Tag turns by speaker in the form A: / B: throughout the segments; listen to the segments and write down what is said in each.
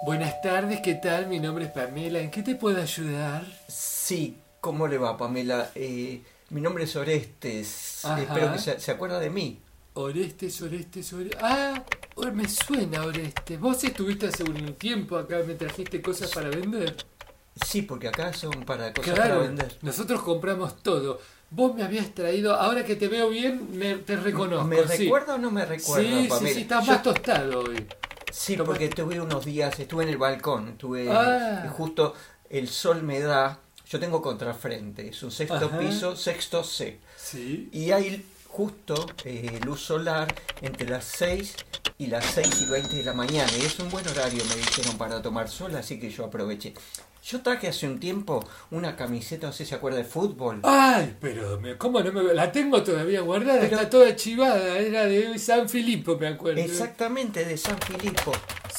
A: Buenas tardes, ¿qué tal? Mi nombre es Pamela. ¿En qué te puedo ayudar?
B: Sí, ¿cómo le va, Pamela? Eh, mi nombre es Orestes.
A: Ajá.
B: Espero que se, se acuerda de mí.
A: Orestes, Orestes, Orestes. Ah, or- me suena Orestes. Vos estuviste hace un tiempo acá, me trajiste cosas para vender.
B: Sí, porque acá son para cosas para
A: Claro,
B: vender.
A: nosotros compramos todo. Vos me habías traído, ahora que te veo bien, me, te reconozco.
B: ¿Me
A: pues sí.
B: recuerda o no me recuerda,
A: Sí, sí,
B: Pamela?
A: sí, estás
B: Yo-
A: más tostado hoy.
B: sí,
A: Tomás.
B: porque estuve unos días, estuve en el balcón, estuve
A: Ah.
B: y justo el sol me da. Yo tengo contrafrente, es un sexto
A: Ajá.
B: piso, sexto C.
A: Sí.
B: Y hay justo eh, luz solar entre las 6 y las 6 y 20 de la mañana. Y es un buen horario, me dijeron, para tomar sol, así que yo aproveché. Yo traje hace un tiempo una camiseta, no sé si se acuerda, de fútbol.
A: Ay, pero me- ¿cómo no me La tengo todavía guardada,
B: Pero-
A: está toda chivada. Era de San Filipo, me acuerdo.
B: Exactamente, de San Filipo.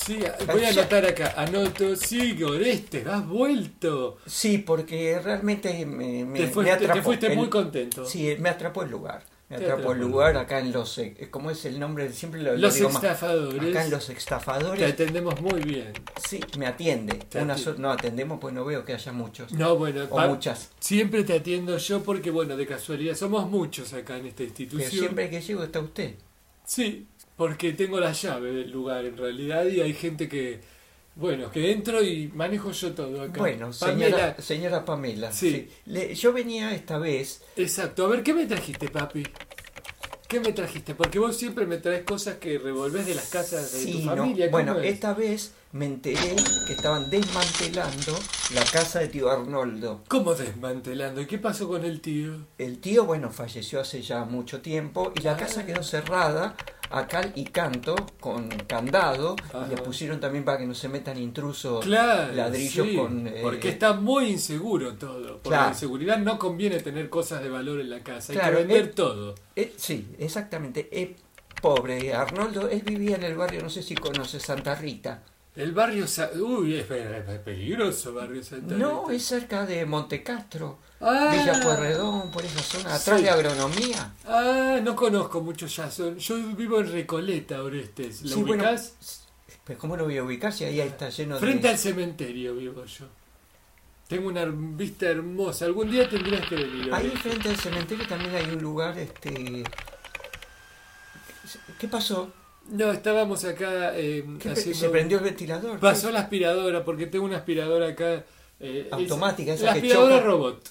A: Sí, voy a anotar acá. Anoto, sí, Orestes, has vuelto.
B: Sí, porque realmente me, me-
A: te
B: me
A: fuiste, te
B: atrapó.
A: fuiste
B: El-
A: muy contento.
B: Sí, me atrapó el lugar. Me
A: Te
B: atrapó el
A: atrapó.
B: lugar acá en los... eh, ¿Cómo es el nombre? Siempre lo, lo
A: Los
B: digo más.
A: estafadores.
B: Acá en los
A: Te
B: estafadores.
A: atendemos muy bien.
B: Sí, me atiende.
A: Te
B: Una
A: atiende.
B: so- no atendemos pues no veo que haya muchos.
A: No, bueno,
B: O
A: pa-
B: muchas.
A: siempre te atiendo yo porque, bueno, de casualidad somos muchos acá en esta
B: Pero
A: institución.
B: siempre que llego está usted.
A: Sí, porque tengo la llave del lugar en realidad y hay gente que, bueno, que entro y manejo yo todo acá.
B: Bueno,
A: Pamela,
B: señora señora Pamela.
A: Sí.
B: Le- yo venía esta vez.
A: Exacto, a ver, ¿qué me trajiste, papi? ¿Qué me trajiste? Porque vos siempre me traes cosas que revolvés de las casas de
B: Sí,
A: tu
B: no.
A: familia. ¿cómo
B: Bueno,
A: es?
B: esta vez me enteré que estaban desmantelando la casa de tío Arnoldo.
A: ¿Cómo desmantelando? ¿Y qué pasó con el tío?
B: El tío, bueno, falleció hace ya mucho tiempo y la
A: Ah.
B: casa quedó cerrada a cal y canto con candado
A: Ajá.
B: y le pusieron también para que no se metan intrusos
A: Claro,
B: ladrillos
A: sí,
B: con eh,
A: porque está muy inseguro todo. Por la
B: Claro.
A: inseguridad no conviene tener cosas de valor en la casa, hay
B: Claro,
A: que vender
B: eh,
A: todo.
B: Eh, sí, exactamente. Eh, pobre Arnoldo, él vivía en el barrio, no sé si conoce Santa Rita.
A: El barrio... Sa- Uy, es, pe- es peligroso barrio Santa
B: No,
A: Rita.
B: es cerca de Montecastro,
A: Ah.
B: Villa Pueyrredón, por esa zona, atrás
A: Sí.
B: de agronomía.
A: Ah, no conozco mucho Jason. Yo vivo en Recoleta, Orestes. ¿Lo
B: Sí, bueno,
A: ubicás?
B: s- pero ¿cómo lo voy a ubicar si ahí está lleno
A: Frente
B: de...
A: al cementerio vivo yo. Tengo una vista hermosa. Algún día tendrás que venir.
B: Ahí
A: Orestes.
B: frente al cementerio también hay un lugar, este... ¿Qué pasó?
A: No, estábamos acá eh,
B: ¿Qué pe-
A: haciendo...
B: ¿Se prendió el ventilador?
A: Pasó la aspiradora, porque tengo una aspiradora acá. eh, es-
B: Automática, esa
A: La
B: que
A: aspiradora
B: choca.
A: robot.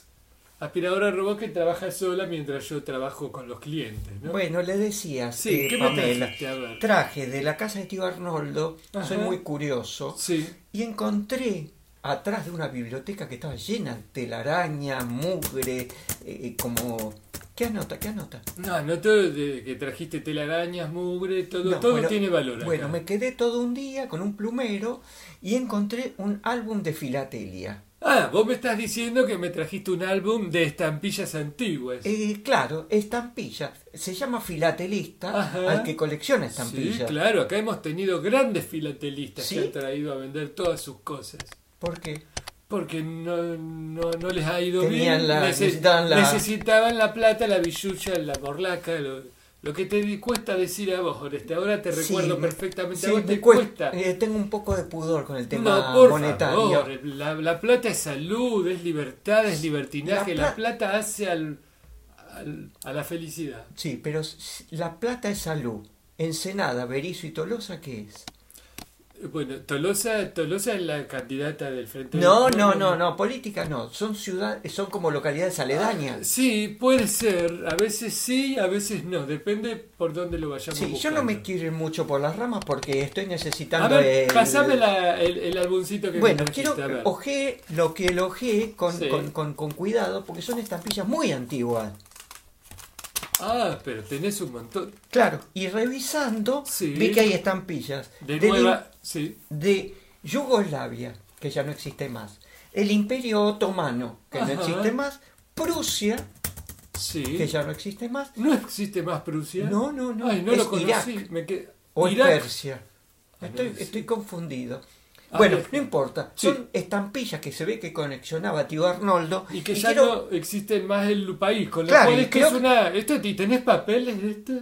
A: Aspiradora robot que trabaja sola mientras yo trabajo con los clientes, ¿no?
B: Bueno, le decía,
A: sí,
B: eh,
A: ¿qué me
B: Pamela,
A: trajiste? A ver.
B: traje de la casa de tío Arnoldo, soy
A: Ajá.
B: muy curioso,
A: Sí.
B: y encontré atrás de una biblioteca que estaba llena de telaraña, mugre, eh, como... ¿Qué anota? ¿Qué anota?
A: No, no todo de- que trajiste telarañas, mugre, todo,
B: No,
A: todo
B: bueno,
A: tiene valor acá.
B: Bueno, me quedé todo un día con un plumero y encontré un álbum de filatelia.
A: Ah, vos me estás diciendo que me trajiste un álbum de estampillas antiguas.
B: Eh, claro, estampilla. Se llama filatelista
A: Ajá.
B: al que colecciona
A: sí,
B: estampillas.
A: claro, acá hemos tenido grandes filatelistas
B: ¿Sí?
A: que han traído a vender todas sus cosas.
B: ¿Por qué?
A: Porque no, no, no les ha ido
B: Tenían
A: bien.
B: la- necesitaban la-
A: necesitaban la plata, la billulla, la morlaca, lo, lo que te di- cuesta decir a vos, Oreste. Ahora te recuerdo
B: Sí,
A: perfectamente.
B: sí,
A: a vos
B: me
A: te
B: cuesta.
A: cuesta.
B: Eh, tengo un poco de pudor con el tema
A: No, por
B: monetario.
A: favor, la, la plata es salud, es libertad, es libertinaje.
B: La
A: La,
B: pla-
A: plata hace al, al- a la felicidad.
B: Sí, pero s- la plata es salud. Ensenada, Berizo y Tolosa, ¿qué es?
A: Bueno, Tolosa, Tolosa es la candidata del Frente
B: No,
A: del-
B: no, no, no, política no. Son ciudades, son como localidades aledañas.
A: Sí, puede ser. A veces sí, a veces no. Depende por dónde lo vayamos
B: Sí, yo no
A: buscando.
B: me quiero ir mucho por las ramas porque estoy
A: A
B: necesitando.
A: ver,
B: el-
A: pasame la- el, el albuncito que me
B: Bueno,
A: trajiste,
B: quiero
A: a ver.
B: ojeé lo que lo ojeé con,
A: Sí.
B: con, con- con cuidado porque son estampillas muy antiguas.
A: Ah, pero tenés un montón
B: Claro, y revisando
A: Sí.
B: vi que hay estampillas
A: de
B: del
A: nueva... Sí.
B: im- de Yugoslavia, que ya no existe más, el Imperio Otomano, que
A: Ajá.
B: no existe más, Prusia,
A: Sí.
B: que ya no existe más,
A: ¿No existe más Prusia?
B: No, no, no.
A: Ay, no
B: Es
A: lo conocí.
B: Irak.
A: Me qued-
B: o es
A: Irak.
B: Persia.
A: Ah,
B: Estoy,
A: no, sí.
B: estoy confundido.
A: Ah,
B: Bueno,
A: bien.
B: no importa.
A: Sí.
B: Son estampillas que se ve que conexionaba tío Arnoldo.
A: Y que ya
B: quiero-
A: no existe más el país. Con lo
B: Claro,
A: cual
B: y
A: esto
B: creo
A: este? es una... Esto, ¿y ¿Tenés papeles de esto?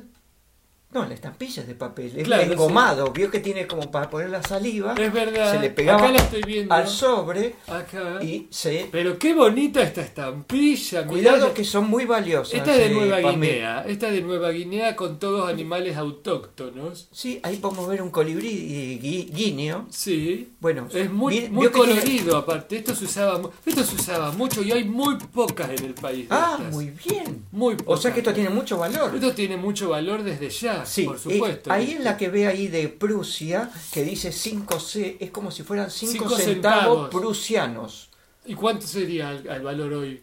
B: No, la estampilla es de papel, es
A: Claro,
B: engomado. Vio que tiene como para poner la saliva.
A: Es verdad.
B: Se le pegaba
A: Acá la estoy viendo.
B: al sobre
A: Acá.
B: y se.
A: Pero qué bonita esta estampilla. mirá
B: Cuidado
A: la-
B: que son muy valiosas.
A: Esta es de
B: eh,
A: Nueva
B: Pamela.
A: Guinea. Esta es de Nueva Guinea con todos animales autóctonos.
B: Sí, ahí podemos ver un colibrí y gui- guineo.
A: Sí.
B: Bueno,
A: Es muy,
B: vi-
A: muy
B: vio que tiene-
A: colorido, aparte. Esto se, usaba, mu- esto se usaba mucho y hay muy pocas en el país. de
B: Ah,
A: estas.
B: muy bien.
A: Muy
B: O
A: pocas.
B: sea que esto tiene mucho valor.
A: Esto tiene mucho valor desde ya,
B: Sí,
A: por
B: y
A: supuesto.
B: ahí en la que ve ahí de Prusia, que dice 5 C, es como si fueran 5
A: Cinco
B: centavos,
A: centavos.
B: prusianos.
A: ¿Y cuánto sería al, al valor hoy?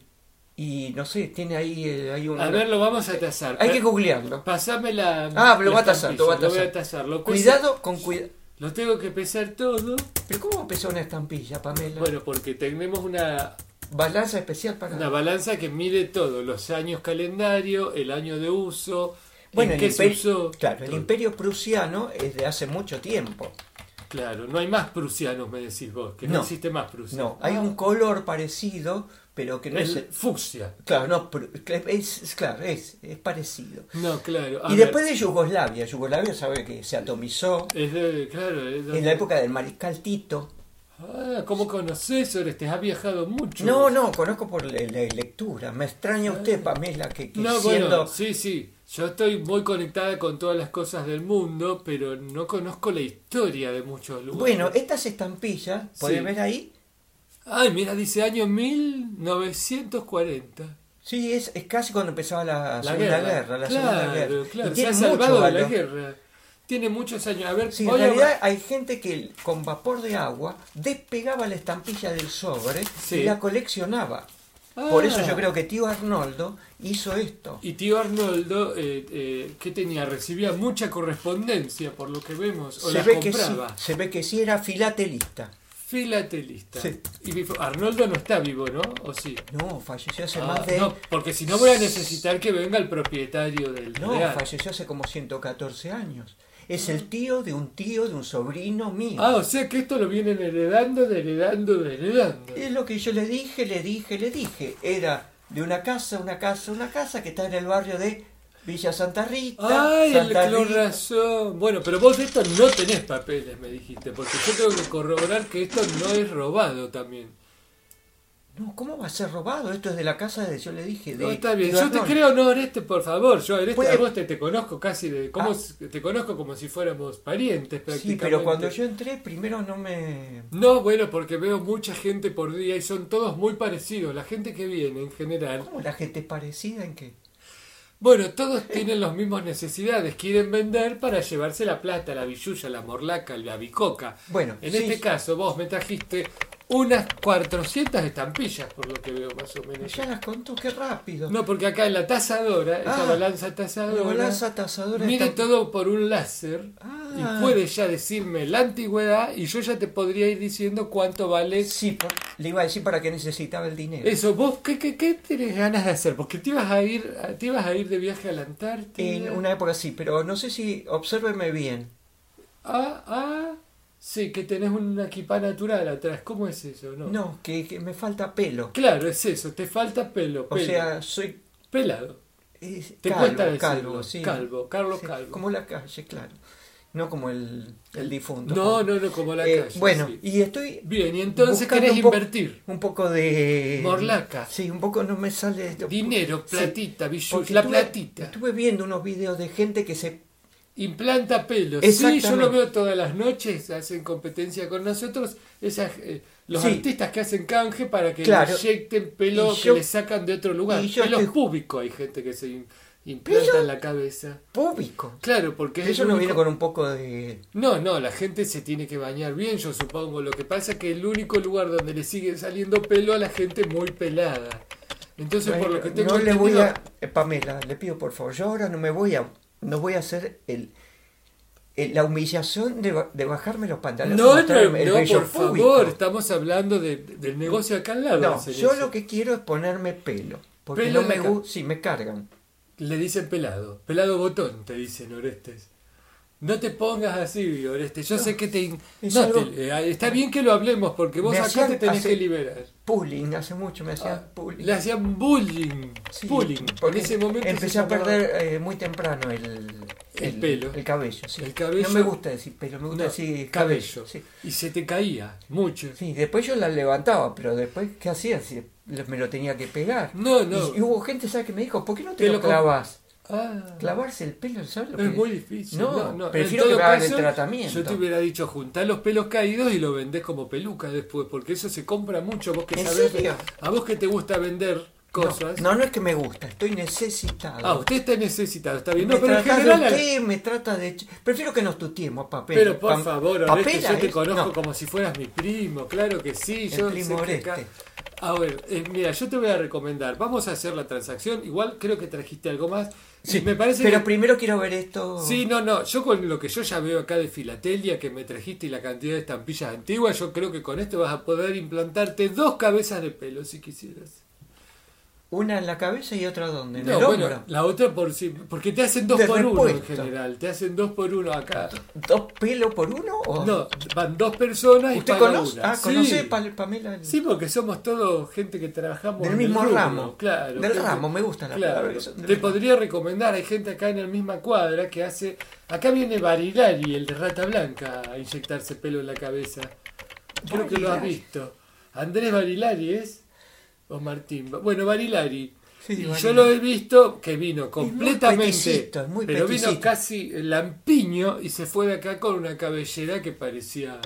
B: Y no sé, tiene ahí, eh, hay un...
A: A ver, eh, lo vamos a tasar.
B: hay que
A: Pa-
B: googlearlo.
A: Pasame la.
B: Ah, lo
A: la
B: va a tasar,
A: estampilla,
B: lo va a
A: voy
B: tasar.
A: a tasar. Lo, pesa-
B: Cuidado con cuidado.
A: lo tengo que pesar todo.
B: ¿Pero cómo pesó una estampilla, Pamela?
A: Bueno, porque tenemos una,
B: Balanza especial para...
A: una balanza que mide todo: los años calendario, el año de uso,
B: bueno,
A: en
B: el
A: qué se
B: imperio,
A: usó.
B: claro, el
A: todo.
B: imperio prusiano es de hace mucho tiempo.
A: Claro, no hay más prusianos, me decís vos, que no,
B: No.
A: existe más Prusia.
B: No, hay un color parecido, pero que no
A: Ah. Es
B: es...
A: fucsia.
B: Claro, no, pru- es, es- claro, es, es parecido.
A: No, claro. a
B: Y
A: ver,
B: después de Yugoslavia, Yugoslavia sabe que se atomizó
A: es de- claro, es de-
B: en la época del mariscal Tito.
A: Ah, ¿cómo conoces, Orestes? Has viajado mucho.
B: No, no, conozco por la, la lectura. Me extraña usted, Pamela, que, que
A: Ah. No,
B: siendo...
A: bueno, sí, sí. Yo estoy muy conectada con todas las cosas del mundo, pero no conozco la historia de muchos lugares.
B: Bueno, estas estampillas, ¿podés
A: Sí.
B: ver ahí?
A: Ay, mira, dice año 1940.
B: Sí, es, es casi cuando empezaba la,
A: La
B: Segunda
A: guerra.
B: Guerra. la
A: claro,
B: Segunda Guerra.
A: claro.
B: Y
A: Se
B: tiene
A: ha
B: mucho
A: salvado de la
B: valor.
A: guerra. Tiene muchos años. A ver,
B: Sí, en
A: voy a-
B: realidad hay gente que con vapor de agua despegaba la estampilla del sobre
A: Sí.
B: y la coleccionaba.
A: Ah.
B: Por eso yo creo que tío Arnoldo hizo esto.
A: Y tío Arnoldo, eh, eh, ¿qué tenía? Recibía mucha correspondencia, por lo que vemos. O
B: se
A: la
B: ve que sí,
A: compraba.
B: se ve que sí era filatelista.
A: Filatelista.
B: Sí.
A: Y vivo- Arnoldo no está vivo, ¿no? ¿O sí?
B: No, falleció hace
A: Ah,
B: más de...
A: no, porque si no voy a necesitar que venga el propietario del
B: No,
A: real.
B: falleció hace como 114 años. Es el tío de un tío, de un sobrino mío.
A: Ah, o sea que esto lo vienen heredando, de heredando, de heredando.
B: Es lo que yo le dije, le dije, le dije. Era de una casa, una casa, una casa que está en el barrio de Villa Santa Rita.
A: Ay, el
B: Santa
A: con
B: Rita.
A: razón. Bueno, pero vos de esto no tenés papeles, me dijiste, porque yo tengo que corroborar que esto no es robado también.
B: No, ¿cómo va a ser robado? Esto es de la casa de, yo le dije. De,
A: No, está bien.
B: tío
A: Yo te
B: Arnoldo.
A: creo, no, Oreste, por favor. Yo, Oreste,
B: Puede-
A: a vos te, te conozco casi de... como
B: Ah.
A: si- Te conozco como si fuéramos parientes prácticamente.
B: Sí, pero cuando yo entré, primero no me...
A: No, bueno, porque veo mucha gente por día y son todos muy parecidos. La gente que viene en general.
B: ¿Cómo la gente es parecida en qué?
A: Bueno, todos tienen las mismas necesidades. Quieren vender para llevarse la plata, la billulla, la morlaca, la bicoca.
B: Bueno,
A: En
B: sí,
A: este
B: sí.
A: caso, vos me trajiste unas 400 estampillas, por lo que veo más o menos.
B: Ya las contó, qué rápido.
A: No, porque acá en la tasadora, esta
B: Ah,
A: balanza
B: La
A: tasadora,
B: balanza tasadora
A: mide
B: está-
A: todo por un láser
B: Ah.
A: y puede ya decirme la antigüedad y yo ya te podría ir diciendo cuánto vale
B: Sí, por- le iba a decir para qué necesitaba el dinero.
A: Eso, vos, ¿qué, qué, qué tenés ganas de hacer? Porque te ibas a ir, te ibas a ir de viaje a la Antártida.
B: En una época sí, pero no sé si, obsérveme bien.
A: Ah, ah, sí, que tenés una equipa natural atrás. ¿Cómo es eso? No.
B: No, que, que me falta pelo.
A: Claro, es eso, te falta pelo,
B: O
A: pelo.
B: sea, soy
A: pelado.
B: es
A: Te
B: calvo,
A: cuesta decirlo.
B: calvo, sí.
A: Calvo, Carlos
B: Sí,
A: Calvo.
B: Como la calle, claro. No como el, el difunto.
A: No, no, no, como la
B: Eh,
A: calle.
B: Bueno,
A: sí.
B: y estoy
A: Bien, y entonces
B: buscando
A: querés
B: un po-
A: invertir.
B: un poco de...
A: Morlaca.
B: Sí, un poco no me sale...
A: Dinero,
B: Sí,
A: platita, billu-
B: porque
A: la
B: estuve-
A: platita.
B: Estuve viendo unos videos de gente que se
A: Implanta pelos. Sí,
B: Exactamente.
A: yo lo veo todas las noches, hacen competencia con nosotros. Esas, eh, los
B: Sí.
A: artistas que hacen canje para que
B: Claro.
A: le inyecten pelo
B: Y
A: que
B: yo-
A: le sacan de otro lugar.
B: y yo
A: Pelos
B: estoy-
A: públicos hay gente que se im- implanta en la cabeza.
B: público.
A: Claro, porque es
B: Eso
A: el
B: no
A: único-
B: viene con un poco de...
A: No, no, la gente se tiene que bañar bien, yo supongo. Lo que pasa es que el único lugar donde le sigue saliendo pelo a la gente es muy pelada. Entonces, por lo que tengo
B: no le voy
A: entendido-
B: a eh, Pamela, le pido por favor, yo ahora no me voy a no voy a hacer el, el- la humillación de, ba- de bajarme los pantalones. y
A: No, no,
B: mostrarme el
A: no,
B: vello
A: por
B: púbico.
A: favor, estamos hablando de- del negocio acá al lado.
B: No,
A: hacen
B: yo
A: eso.
B: lo que quiero es ponerme pelo, porque
A: Pelo
B: no
A: en la
B: me
A: cara.
B: gusta, si me cargan.
A: Le dicen pelado, pelado botón, te dicen Orestes. No te pongas así, Orestes. Yo sé que te, in-
B: es
A: no,
B: algo-
A: te- eh, Está bien que lo hablemos porque vos
B: Me
A: acá
B: hacían
A: te tenés
B: hacer-
A: que liberar.
B: Pulling, hace mucho me hacían
A: Ah,
B: pulling.
A: Le hacían bullying.
B: Sí,
A: bullying. En ese momento
B: empecé
A: se
B: a
A: llamaba-
B: perder eh, muy temprano el
A: El pelo.
B: El cabello, sí.
A: El cabello.
B: No me gusta decir pelo, me gusta
A: No,
B: decir cabello.
A: cabello.
B: Sí.
A: Y se te caía mucho.
B: Sí, después yo la levantaba, pero después, ¿qué hacía? Si lo- me lo tenía que pegar.
A: No, no.
B: Y, y hubo gente, ¿sabes? Que me dijo, ¿por qué no te
A: Te
B: lo
A: lo com-
B: clavas?
A: Ah.
B: Clavarse el pelo, ¿sabes? Lo que
A: Es muy difícil.
B: No,
A: No, no.
B: prefiero
A: En
B: que
A: todo
B: me hagan el
A: caso,
B: tratamiento.
A: Yo te hubiera dicho, juntá los pelos caídos y lo vendés como peluca después, porque eso se compra mucho. Vos que
B: ¿En
A: sabés-
B: serio?
A: A vos que te gusta vender cosas.
B: No, no, no es que me gusta, estoy necesitado.
A: Ah, usted está necesitado, está bien. No,
B: me
A: pero en
B: trata
A: general.
B: de usted, me trata de... ch- Prefiero que nos tutiemos, papel.
A: Pero por
B: Pam-
A: favor, Oreste,
B: papela
A: yo te
B: es-
A: conozco
B: no.
A: como si fueras mi primo, claro que sí.
B: El
A: Yo
B: primo
A: sé que acá-
B: Oreste.
A: A ver, eh, mira, yo te voy a recomendar. Vamos a hacer la transacción. Igual creo que trajiste algo más.
B: Sí,
A: Y me parece
B: pero
A: que-
B: primero quiero ver esto.
A: Sí, no, no. Yo con lo que yo ya veo acá de filatelia que me trajiste y la cantidad de estampillas antiguas, yo creo que con esto vas a poder implantarte dos cabezas de pelo si quisieras.
B: Una en la cabeza y otra donde. En
A: No,
B: el hombro.
A: bueno, la otra por si, porque te hacen dos
B: De
A: por uno en
B: repuesto.
A: general. Te hacen dos por uno acá.
B: ¿Dos pelos por uno? O...
A: No, van dos personas y
B: ¿Usted
A: paga
B: conoce?
A: una.
B: Ah,
A: Sí.
B: conoce Pa- Pamela.
A: Sí, porque somos todos gente que trabajamos en
B: Del
A: el
B: mismo
A: rubro,
B: ramo.
A: Claro.
B: Del
A: gente-
B: ramo, me gusta la
A: Claro.
B: palabra eso, del
A: Te
B: ramo.
A: podría recomendar, hay gente acá en la misma cuadra que hace. Acá viene Barilari, el de rata blanca, a inyectarse pelo en la cabeza. Creo que lo has
B: Barilari.
A: visto. Andrés Barilari es. O Martín. Ba- Bueno, Barilari.
B: Sí,
A: Y
B: Barilari.
A: yo lo he visto que vino completamente.
B: peticito, es muy
A: pero vino
B: peticito.
A: casi lampiño y se fue de acá con una cabellera que parecía.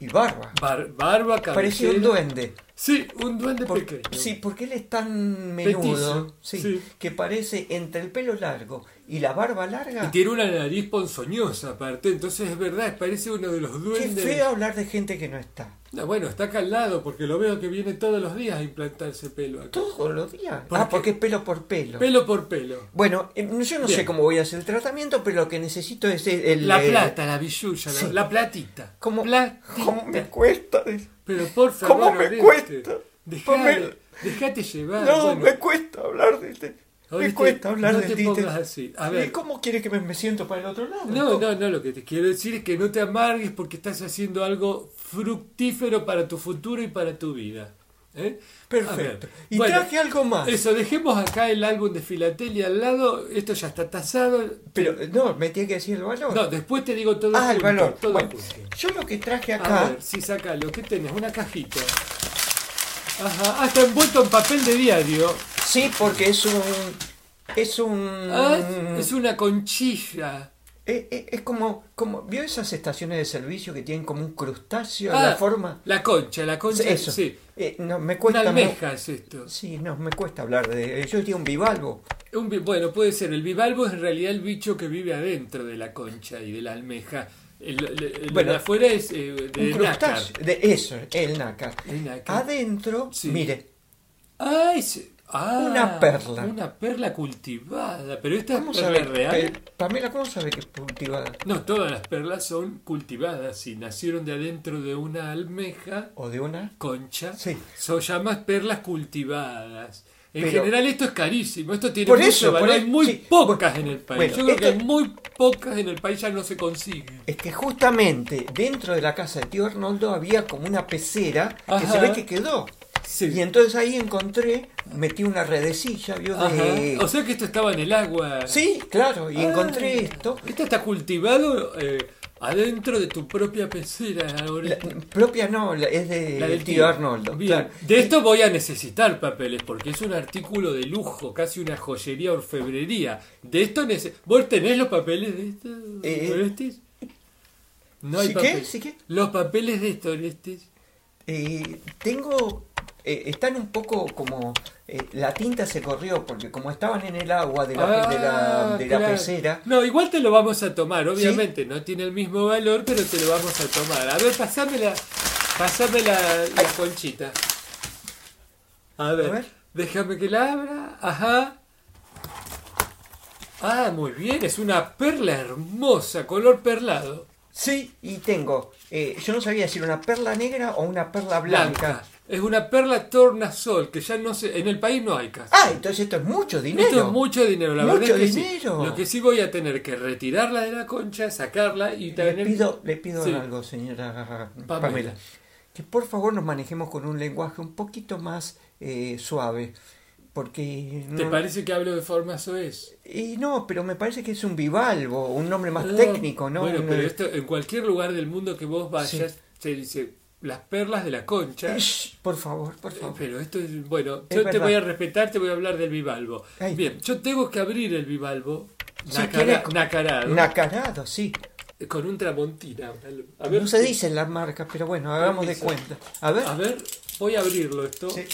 B: Y barba.
A: bar- barba, cabellera.
B: Parecía un duende.
A: Sí, un duende
B: Por-
A: pequeño.
B: sí, porque él es tan menudo
A: Petizo,
B: sí,
A: sí.
B: que parece entre el pelo largo y la barba
A: Y
B: larga.
A: tiene una nariz ponzoñosa aparte, entonces es verdad, parece uno de los
B: Qué
A: duendes.
B: feo hablar de gente que no está.
A: No, bueno, está acá al lado porque lo veo que viene todos los días a implantarse pelo acá.
B: Todos los días.
A: ¿Por
B: ah,
A: qué?
B: porque es pelo por pelo.
A: Pelo por pelo.
B: Bueno, eh, yo no sé
A: Bien.
B: cómo voy a hacer el tratamiento, pero lo que necesito es el... el,
A: La
B: eh,
A: plata, la billulla, la-
B: sí.
A: la, platita.
B: ¿Cómo,
A: Platita.
B: cómo me cuesta?
A: Pero por favor,
B: ¿Cómo me
A: Oreste,
B: cuesta?
A: dejá
B: Pamela.
A: de- dejate llevar.
B: no,
A: Ah, bueno.
B: me cuesta hablar de este... Me
A: Oreste,
B: cuesta hablar
A: no
B: del
A: te
B: títere.
A: pongas así. A
B: ¿Y
A: ver.
B: cómo quiere que me, me siento para el otro lado?
A: No, no, no, lo que te quiero decir es que no te amargues porque estás haciendo algo fructífero para tu futuro y para tu vida. ¿Eh?
B: Perfecto.
A: A ver,
B: Y
A: bueno,
B: traje algo más.
A: Eso, dejemos acá el álbum de Filatelia al lado, esto ya está tasado.
B: Pero no, me tiene que decir el valor.
A: No, después te digo todo
B: ah, el
A: junto,
B: valor.
A: todo
B: Bueno,
A: junto.
B: yo lo que traje
A: A
B: acá,
A: ver, sí, sacalo, ¿qué tenés? Una cajita. Ajá, ah, está envuelto en papel de diario.
B: sí, porque es un... Es un...
A: Ah,
B: Mm.
A: es una conchilla.
B: eh, eh, es como, como... ¿Vio esas estaciones de servicio que tienen como un crustáceo en
A: Ah,
B: la forma?
A: La concha, la concha,
B: Eso.
A: sí.
B: Eh, no, me
A: Una
B: cuesta... mu-
A: almeja es esto.
B: Sí, no, me cuesta hablar de... Yo diría un bivalvo.
A: Un bi- bueno, puede ser. El bivalvo es en realidad el bicho que vive adentro de la concha y de la almeja. El, el- el
B: Bueno,
A: de afuera es eh, de
B: Un
A: nácar.
B: crustáceo. De eso, el nácar.
A: El nácar.
B: Adentro,
A: Sí.
B: mire,
A: Ah, es- ah,
B: Una perla.
A: Una perla cultivada. Pero esta
B: ¿cómo
A: es perla
B: sabe?
A: real.
B: Pe- Pamela, ¿cómo sabe que es cultivada?
A: No, todas las perlas son cultivadas. Si nacieron de adentro de una almeja,
B: ¿O de una?
A: concha,
B: Sí.
A: son llamadas perlas cultivadas. En
B: Pero-
A: general esto es carísimo, esto tiene
B: Por
A: mucho
B: eso, por
A: valor,
B: ahí-
A: hay muy
B: sí,
A: pocas
B: bueno,
A: en el país.
B: bueno,
A: Yo creo que
B: esto-
A: hay muy pocas en el país ya no se consiguen.
B: Es que justamente dentro de la casa de tío Arnoldo había como una pecera que
A: Ajá.
B: se ve que quedó.
A: Sí.
B: Y entonces ahí encontré, metí una redecilla, vio
A: Ajá.
B: de...
A: O sea que esto estaba en el agua.
B: Sí, claro, y
A: Ah.
B: encontré esto.
A: Esto está cultivado eh, adentro de tu propia pecera.
B: La-
A: ahora.
B: propia no, la- es de, del tío, Arnoldo.
A: Bien.
B: claro.
A: De esto voy a necesitar papeles porque es un artículo de lujo, casi una joyería orfebrería. De esto nece- ¿Vos tenés los papeles de esto?
B: Eh,
A: Orestes? No hay
B: ¿sí qué?
A: papeles.
B: ¿sí qué?
A: Los papeles de esto, Orestes.
B: Eh, tengo... eh, están un poco como... eh, la tinta se corrió porque como estaban en el agua de la, de la,
A: Ah,
B: de la
A: claro.
B: pecera...
A: No, igual te lo vamos a tomar, obviamente. No tiene el mismo valor, pero te lo vamos a tomar. A ver, pasame la, pasame la, la conchita. A ver,
B: A ver.
A: déjame que la abra. Ajá. Ah, muy bien, es una perla hermosa, color perlado.
B: Sí, y tengo... eh, yo no sabía si era una perla negra o una perla blanca.
A: Blanca. Es una perla tornasol, que ya no sé, en el país no hay casi.
B: Ah, entonces esto es mucho dinero.
A: Esto es mucho dinero, la
B: Mucho
A: verdad es que sí.
B: dinero.
A: Lo que sí voy a tener que retirarla de la concha, sacarla y
B: Le
A: tener...
B: pido, le pido
A: Sí.
B: algo, señora Pamela.
A: Pamela.
B: Que por favor nos manejemos con un lenguaje un poquito más eh, suave. porque...
A: ¿Te
B: no-
A: parece que hablo de forma soez?
B: Y no, pero me parece que es un bivalvo, un nombre más
A: Ah,
B: técnico, ¿no?
A: Bueno,
B: Un- eh,
A: pero esto en cualquier lugar del mundo que vos vayas se dice las perlas de la concha.
B: Shh, por favor, por
A: Eh,
B: favor.
A: Pero esto es bueno.
B: Es
A: yo te
B: verdad.
A: voy a respetar, te voy a hablar del bivalvo.
B: Ay.
A: Bien, yo tengo que abrir el bivalvo
B: Si
A: nacara-
B: quieres-
A: nacarado
B: Nacarado, sí.
A: con un tramontina. A ver, Ah,
B: No se dicen las marcas, pero bueno, hagamos de
A: dice.
B: cuenta. A ver,
A: a ver, voy a abrirlo esto.
B: sí,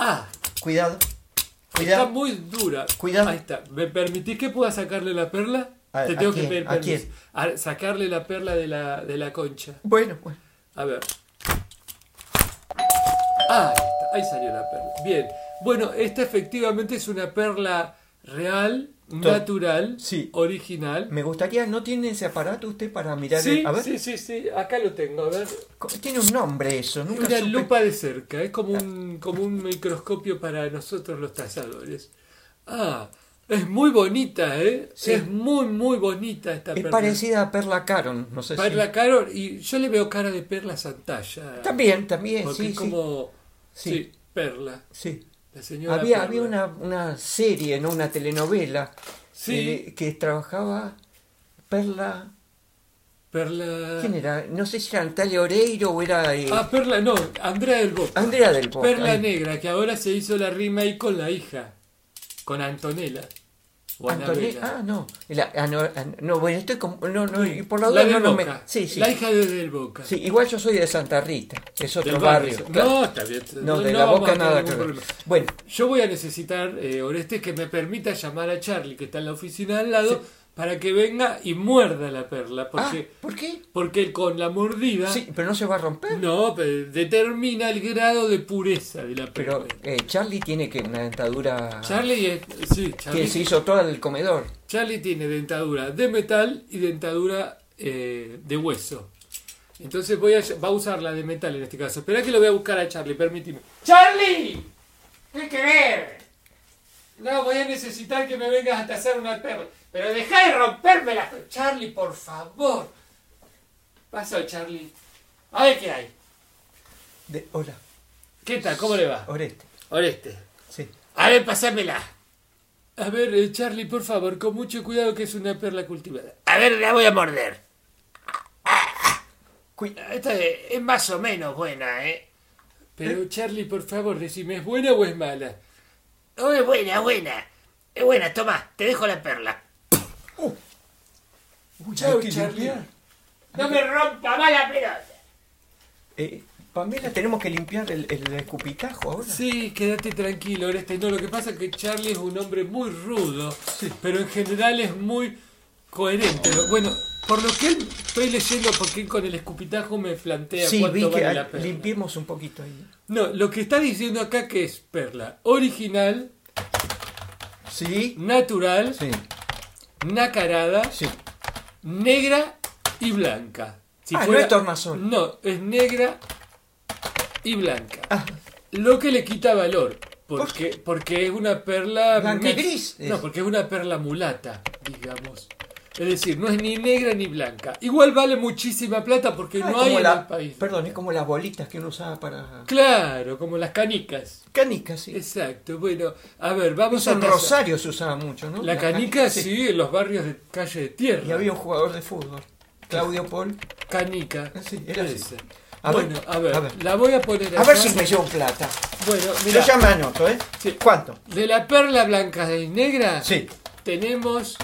A: Ah,
B: cuidado,
A: está
B: cuidado.
A: muy dura.
B: Cuidado.
A: Ahí está. ¿Me permitís que pueda sacarle la perla?
B: A-
A: te
B: ¿a
A: tengo
B: quién?
A: que pedir
B: ¿A
A: permiso.
B: quién?
A: A- sacarle la perla de la, de la concha.
B: Bueno, pues, bueno.
A: A ver. Ah, ahí, está. Ahí salió la perla. Bien. Bueno, esta efectivamente es una perla real, natural,
B: sí.
A: original.
B: Me gustaría, ¿no tiene ese aparato usted para mirar?
A: Sí,
B: el- a ver,
A: sí, sí, sí, acá lo tengo, a ver.
B: co- tiene un nombre eso, nunca
A: Una
B: supe.
A: lupa de cerca, es como un, como un microscopio para nosotros los cazadores. Ah, es muy bonita, ¿eh?
B: Sí.
A: Es muy, muy bonita esta
B: Es
A: perla.
B: parecida a Perla Caron, no sé
A: Perla Carol, y yo le veo cara de perla Santalla.
B: si. También, también,
A: Porque
B: sí,
A: es como...
B: Sí.
A: Sí. perla.
B: sí. sí.
A: La señora
B: Había,
A: Perla.
B: había una, una serie, ¿no? Una telenovela
A: Sí.
B: eh, que trabajaba Perla.
A: Perla...
B: ¿Quién era? No sé si era Natalia Oreiro o era eh,
A: Ah, Perla, no, Andrea del Boca.
B: Andrea del Boca.
A: Perla
B: ahí.
A: Negra, que ahora se hizo la rima ahí con la hija, con Antonella. O
B: Antone-
A: Anabela.
B: Ah, no. La- ah, no, ah, no, bueno, estoy como- No, no, y por la
A: La
B: duda
A: del
B: no, no me.
A: Boca.
B: Sí, sí.
A: La hija de Del Boca.
B: Sí, igual yo soy de Santa Rita, es
A: Del
B: otro barrio. claro.
A: No, está bien.
B: No, de
A: no
B: la
A: vamos
B: boca
A: a tener
B: nada que
A: ningún
B: ver.
A: problema.
B: Bueno,
A: Yo voy a necesitar, eh, Orestes, que me permita llamar a Charlie, que está en la oficina al lado, para que venga y muerda la perla.
B: ah,
A: Porque,
B: ¿por qué?
A: porque con la mordida
B: Sí, pero no se va a romper.
A: no pe- determina el grado de pureza de la perla.
B: Pero ah. eh, Charlie tiene que una dentadura
A: Charlie es. Sí, Charlie.
B: que se hizo todo el comedor.
A: Charlie tiene dentadura de metal y dentadura eh, de hueso. Entonces voy a, va a usar la de metal en este caso. Espera que lo voy a buscar a Charlie, permíteme. ¡Charlie! ¡Hay que ver! No, voy a necesitar que me vengas a tazar una perla. Pero deja de rompérmela. Charlie, por favor. Pasó, Charlie. A ver qué hay.
B: De, hola,
A: ¿Qué tal? ¿Cómo le va?
B: Oreste.
A: Oreste.
B: Sí.
A: A ver, pasámela. A ver, eh, Charlie, por favor, con mucho cuidado que es una perla cultivada. A ver, la voy a morder.
B: Cui-
A: Esta es, es más o menos buena, ¿eh? Pero, Charlie, por favor, decime, ¿es buena o es mala? No, es buena, buena. Es buena, toma, te dejo la perla.
B: uh. Uy,
A: Chau,
B: hay que
A: Charlie.
B: limpiar.
A: No me rompa más la pelota.
B: Eh, Pamela, tenemos que limpiar el, el escupitajo ahora.
A: Sí, quédate tranquilo, Oreste. No, lo que pasa es que Charlie es un hombre muy rudo,
B: Sí.
A: pero en general es muy coherente. Lo- Bueno, por lo que él- estoy leyendo, porque él con el escupitajo me plantea
B: Sí,
A: cuánto
B: vi que
A: vale
B: hay-
A: la perla.
B: limpiemos un poquito ahí.
A: No, lo que está diciendo acá que es perla original,
B: Sí.
A: natural,
B: Sí,
A: nacarada,
B: sí.
A: negra y blanca. Si
B: Ah, no es tornasol.
A: No, es negra y blanca.
B: Ah,
A: Lo que le quita valor. Porque, porque es una perla.
B: Blanca y
A: mix.
B: gris, es.
A: No, porque es una perla mulata, digamos. Es decir, no es ni negra ni blanca. Igual vale muchísima plata porque
B: ah,
A: no
B: como
A: hay en
B: la-
A: el país.
B: Perdón, es como las bolitas que uno usaba para...
A: Claro, como las canicas.
B: Canicas, sí.
A: Exacto. Bueno, a ver, vamos
B: Eso
A: a.
B: en
A: tazar.
B: Rosario se usaba mucho, ¿no?
A: La canica, sí, en los barrios de calle de tierra.
B: Y había un jugador de fútbol, Claudio Paul.
A: Canica.
B: Ah, Sí, era así.
A: Esa.
B: A ver,
A: bueno, a, ver,
B: a ver.
A: la voy a poner
B: A
A: acá.
B: ver si me llevo plata.
A: Bueno,
B: Yo
A: mira,
B: ya me anoto, ¿eh?
A: Sí.
B: ¿Cuánto?
A: de la perla blanca y negra.
B: Sí.
A: tenemos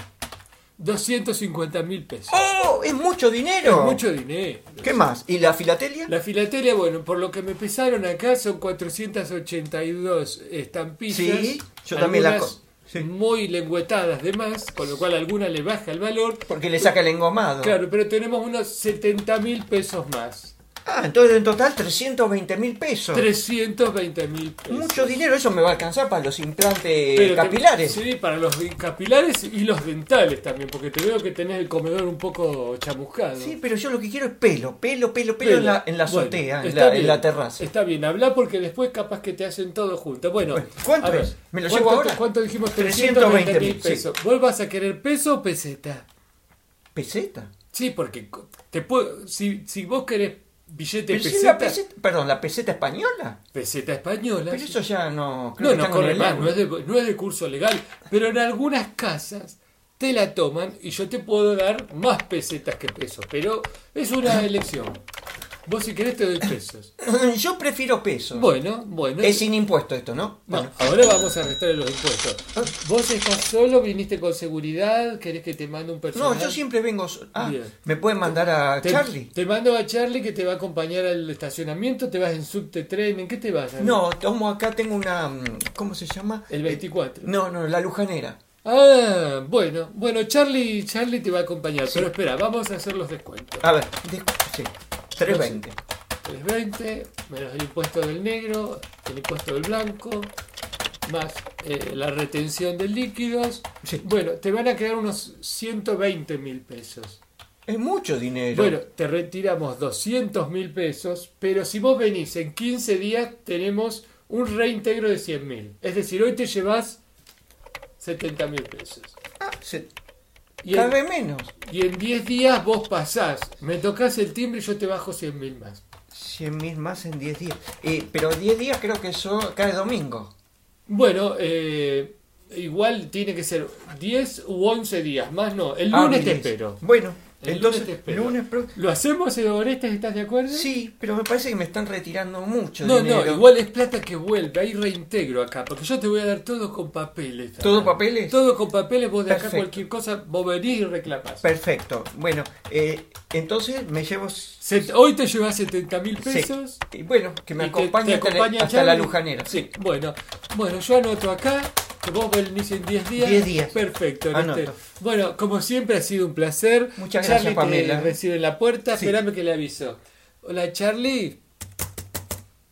A: 250 mil pesos.
B: ¡Oh! ¡Es mucho dinero!
A: Mucho dinero.
B: ¿Qué más? ¿Y la filatelia?
A: La filatelia, bueno, por lo que me pesaron acá son 482 estampillas.
B: Sí, yo también las
A: algunas
B: co- sí.
A: Muy lengüetadas de más, con lo cual alguna le baja el valor.
B: Porque le saca el engomado.
A: Claro, pero tenemos unos 70 mil pesos más.
B: Ah, entonces en total 320 mil pesos.
A: 320 mil pesos.
B: Mucho dinero, eso me va a alcanzar para los implantes
A: Pero te-
B: Eh, capilares.
A: sí, para los capilares y los dentales también, porque te veo que tenés el comedor un poco chamuscado.
B: Sí, pero yo lo que quiero es pelo, pelo, pelo, pelo, en la, en la
A: Bueno,
B: azotea, en,
A: está
B: la, en
A: bien,
B: la terraza.
A: Está bien, habla porque después capaz que te hacen todo junto. Bueno,
B: Bueno, ¿cuánto
A: a ver,
B: es? ¿Me lo
A: ¿cuánto-
B: llevo ahora?
A: ¿Cuánto dijimos?
B: 320.000
A: 320 mil
B: sí.
A: pesos. ¿Vos vas a querer peso o peseta?
B: ¿Peseta?
A: Sí, porque co- te puedo, si, si vos querés billete
B: Pero si
A: peseta,
B: la peseta, perdón, la peseta española.
A: peseta española.
B: Pero
A: sí.
B: eso ya no. creo
A: No,
B: que
A: no
B: está con
A: corre
B: el
A: más,
B: euro.
A: no es, de, no es de curso legal. Pero en algunas casas te la toman y yo te puedo dar más pesetas que pesos. Pero es una elección. Vos si querés te doy pesos.
B: Yo prefiero peso.
A: Bueno, eh, bueno.
B: Es sin impuesto esto, ¿no?
A: No,
B: Bueno,
A: ahora vamos a restar los impuestos. ¿Vos estás solo? ¿Viniste con seguridad? ¿Querés que te mande un personal?
B: no, yo siempre vengo. so- Ah,
A: Bien.
B: me pueden mandar a
A: Te,
B: Charlie.
A: te mando a Charlie que te va a acompañar al estacionamiento, te vas en subte tren, ¿en qué te Eh, vas? Ana?
B: No, tomo acá, tengo una. mm, ¿Cómo se llama?
A: El 24.
B: No, no, la lujanera.
A: Ah, bueno, bueno, Charlie, Charlie te va a acompañar, pero espera, vamos a hacer los descuentos.
B: A ver, de- sí, 320.
A: 320, menos el impuesto del negro, el impuesto del blanco, más eh, la retención de líquidos.
B: Sí.
A: Bueno, te van a quedar unos 120 mil pesos.
B: Es mucho dinero.
A: Bueno, te retiramos 200 mil pesos, pero si vos venís en 15 días tenemos un reintegro de 100 mil. Es decir, hoy te llevas 70 mil pesos.
B: Ah, se-
A: Y
B: cada
A: en,
B: vez menos.
A: y en 10 días vos pasás, me tocas el timbre y yo te bajo 100 mil más.
B: 100 mil más en 10 días. Eh, pero 10 días creo que eso cae domingo.
A: Bueno, eh, igual tiene que ser 10 u 11 días, más no. El
B: Ah,
A: lunes te
B: bien.
A: espero.
B: Bueno,
A: El
B: entonces.
A: lunes te espero.
B: lunes pro-
A: ¿Lo hacemos, Orestes? ¿Estás de acuerdo?
B: Sí, pero me parece que me están retirando mucho
A: No,
B: dinero.
A: no, igual es plata que vuelve, hay reintegro acá, porque yo te voy a dar todo con papeles. Fernando.
B: ¿Todo papeles?
A: Todo con papeles, vos de acá
B: Perfecto.
A: cualquier cosa, vos venís y reclamás.
B: Perfecto. Bueno, eh, entonces me llevo.
A: Se- hoy te llevas 70 mil pesos.
B: Y bueno, que me
A: y te-
B: acompañe
A: te
B: hasta, la-
A: acompaña
B: hasta la
A: Charlie.
B: lujanera.
A: Sí, bueno, bueno, yo anoto acá. Que vos venís en 10 días.
B: 10 días.
A: Perfecto,
B: Anoto.
A: Néstor. Bueno, como siempre ha sido un placer.
B: Muchas gracias,
A: Charlie te
B: Pamela.
A: recibe en la puerta,
B: Sí.
A: esperame que le aviso. Hola, Charlie.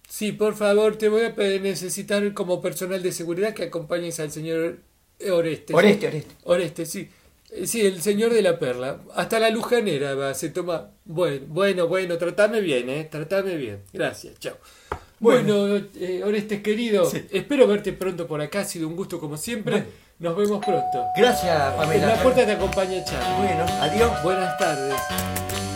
A: Sí, por favor, te voy a pe- necesitar como personal de seguridad que acompañes al señor Oreste.
B: Oreste, Oreste.
A: Oreste, sí. Eh, Sí, el señor de la perla. Hasta la lujanera va, se toma. Bueno, bueno, bueno, tratame bien, ¿eh? Tratame bien. Gracias, chao. Bueno,
B: Bueno.
A: eh, Orestes querido,
B: Sí.
A: espero verte pronto por acá. Ha sido un gusto como siempre.
B: Bueno.
A: Nos vemos pronto.
B: Gracias, Pamela.
A: En la puerta te acompaña Charlie.
B: Bueno, adiós.
A: Buenas tardes.